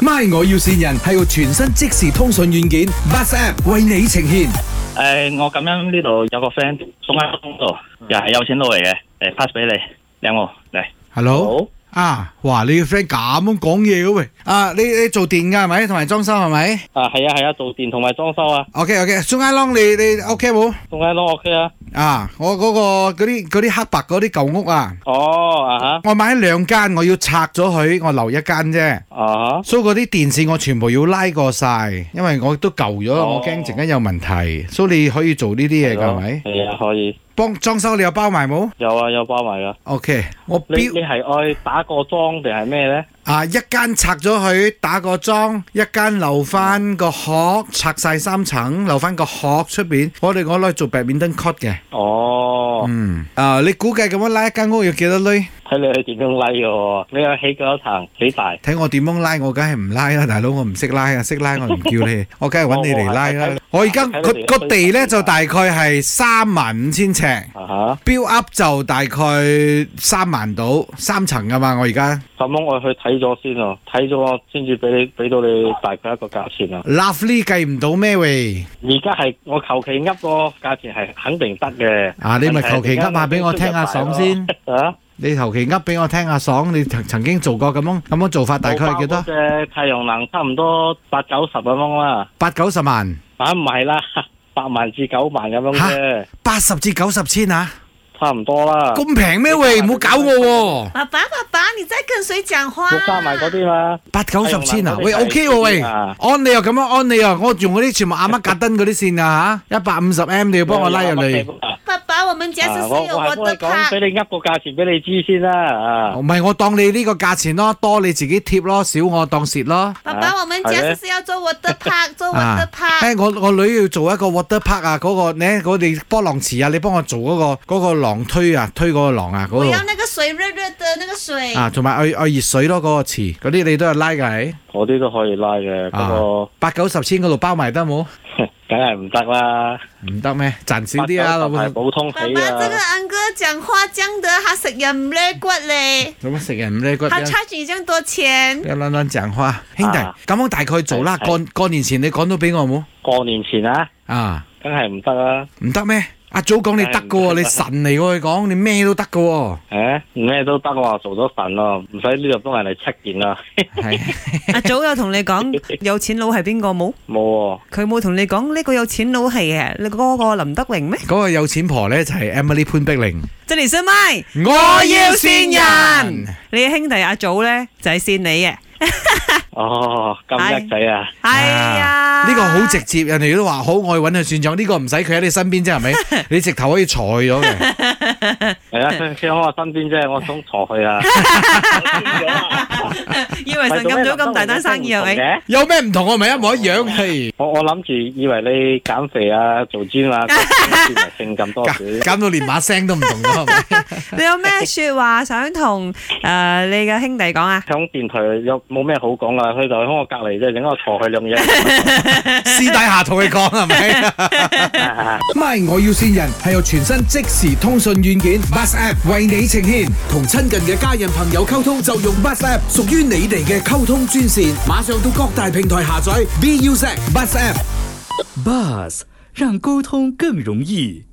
My 我要線人係個全新即時通訊軟件 Bus App 為你呈現。誒、我咁樣呢度有個 friend 送喺公度，又係有錢佬嚟嘅，誒、pass 俾你，你有冇？嚟， Hello，啊，哇，你個 friend 咁樣講嘢嘅喂，啊，你你做電㗎係咪？同埋裝修係咪啊係啊係啊，做電同埋裝修啊， ？OK OK，中間 long 你你 OK À, 冇？送喺攞 OK 啊，啊，我嗰、個嗰啲嗰啲黑白嗰啲舊屋啊，哦啊吓，我買咗兩間，我要拆咗佢，我留一間啫。啊所以嗰啲電線我全部要拉過晒，因為我都舊咗，哦我驚陣間有問題。所以你可以做呢啲 Dạ 嘢㗎 vâng. 係咪？係啊，可以，幫裝修你有包埋冇有啊有包埋噶。 ？OK，我你標你係愛打個裝定係咩咧？啊一間拆咗佢，打個樁，一間留翻個殼，拆晒三層，留翻個殼出邊。我哋我攞去做 badminton court 嘅。哦，嗯，啊你估計咁樣拉一間屋要幾多鐳？睇你去點樣拉嘅喎，你又起幾多層，幾大？睇我點樣拉，我梗係唔拉啦，大佬我唔識拉啊，識拉我唔叫 你，我哦梗係揾你嚟拉啦。我而家個個地呢，就大概係三萬五千尺啊，build up 就大概三萬到三層噶嘛，我而家吓，咁樣我去睇咗先咯，睇咗我先至俾你俾到你大概一個價錢啊。 lovely 計唔到咩喂？而家係我求其噏個價錢係肯定得嘅。啊，你咪求其噏下俾我聽下爽先，啊！你求其噏俾我聽下爽，你曾曾經做過咁樣咁樣做法，大概係幾多？嘅太陽能差唔多八九十咁樣啦，八九十萬，啊唔係啦， 八萬至九萬咁樣啫，八十至九十千啊，差唔多啦。咁平咩喂？唔好搞我喎、爸爸，爸爸，你在跟谁讲话？冇加埋嗰啲嘛，八九十千啊，係喂用埋嗰啲 OK 喎喂，底線啊安你又咁樣安你啊，我用嗰啲全部阿媽格登嗰啲線啊吓，一百五十 M 你要幫我拉入嚟，啊爸爸，我们家是我谁有我係幫的你講，卡？俾你噏個價錢俾你知先啦。啊，唔係我當你呢個價錢咯，多你自己貼咯，少我當蝕咯。爸爸，我们家是谁要做我的卡？Oh, 做我啊的卡？哎誒我我女要做一個 water park 啊，嗰個咧我哋波浪池啊，你幫我做嗰個嗰個浪推啊，推嗰個浪啊我嗰要度那個水熱熱的那個水。啊，同埋愛愛熱水咯嗰個池，嗰啲你都係拉嘅係，我啲都可以拉啊嘅，不過 八九十千嗰度包埋得冇？梗係唔得啦。唔得咩？賺少啲啊，老闆係。普通起爸爸，啊這。個安哥講話講得他食人唔叻骨嘞，做乜食人唔叻骨他嘅？ charge 你這樣多錢。一撚撚正花，兄弟，啊咁樣大概做啦。係過過年前你講到俾我冇過年前啊，啊？梗係唔得啦。唔得咩？阿祖講你得嘅係喎，唔得你神嚟喎，佢講你咩都得嘅喎。誒，咩都得喎，做咗神咯，唔使呢度幫人哋測件啦。係 阿祖有同你講有錢佬係邊個冇？冇喎。佢冇同你講呢個有錢佬係誒你嗰個林德榮咩？嗰個有錢婆咧就係 Emily 潘碧玲。即嚟先咪，我要善人。你嘅兄弟阿祖咧就係善你嘅，哦，咁叻仔 啊！係啊，呢個好直接，人哋都話好，我去揾佢算賬。呢個唔使佢喺你身邊啫，係咪？你直頭可以裁咗嘅。係啊，佢佢喺我身邊啫，我想坐佢 啊。 以為神咁早咁大單生意係咪？咪？有咩唔同？我咪一模一樣。嘿，我我諗住以為你減肥啊、做 gym 啊，先嚟性咁多減少。減到連把聲都唔同咗，係咪？你有咩说話想同诶你嘅兄弟講啊？響電台有冇咩好講啊？佢就喺我隔離啫，整我坐佢兩嘢。私底下同佢講係咪？ My 我要線人係由全新即時通訊軟件 Bus App 為你呈現，同親近嘅家人朋友溝通就用 Bus App，屬於你哋嘅溝通專線。馬上到各大平台下載 BUZ Bus App。 Buzz 让沟通更容易。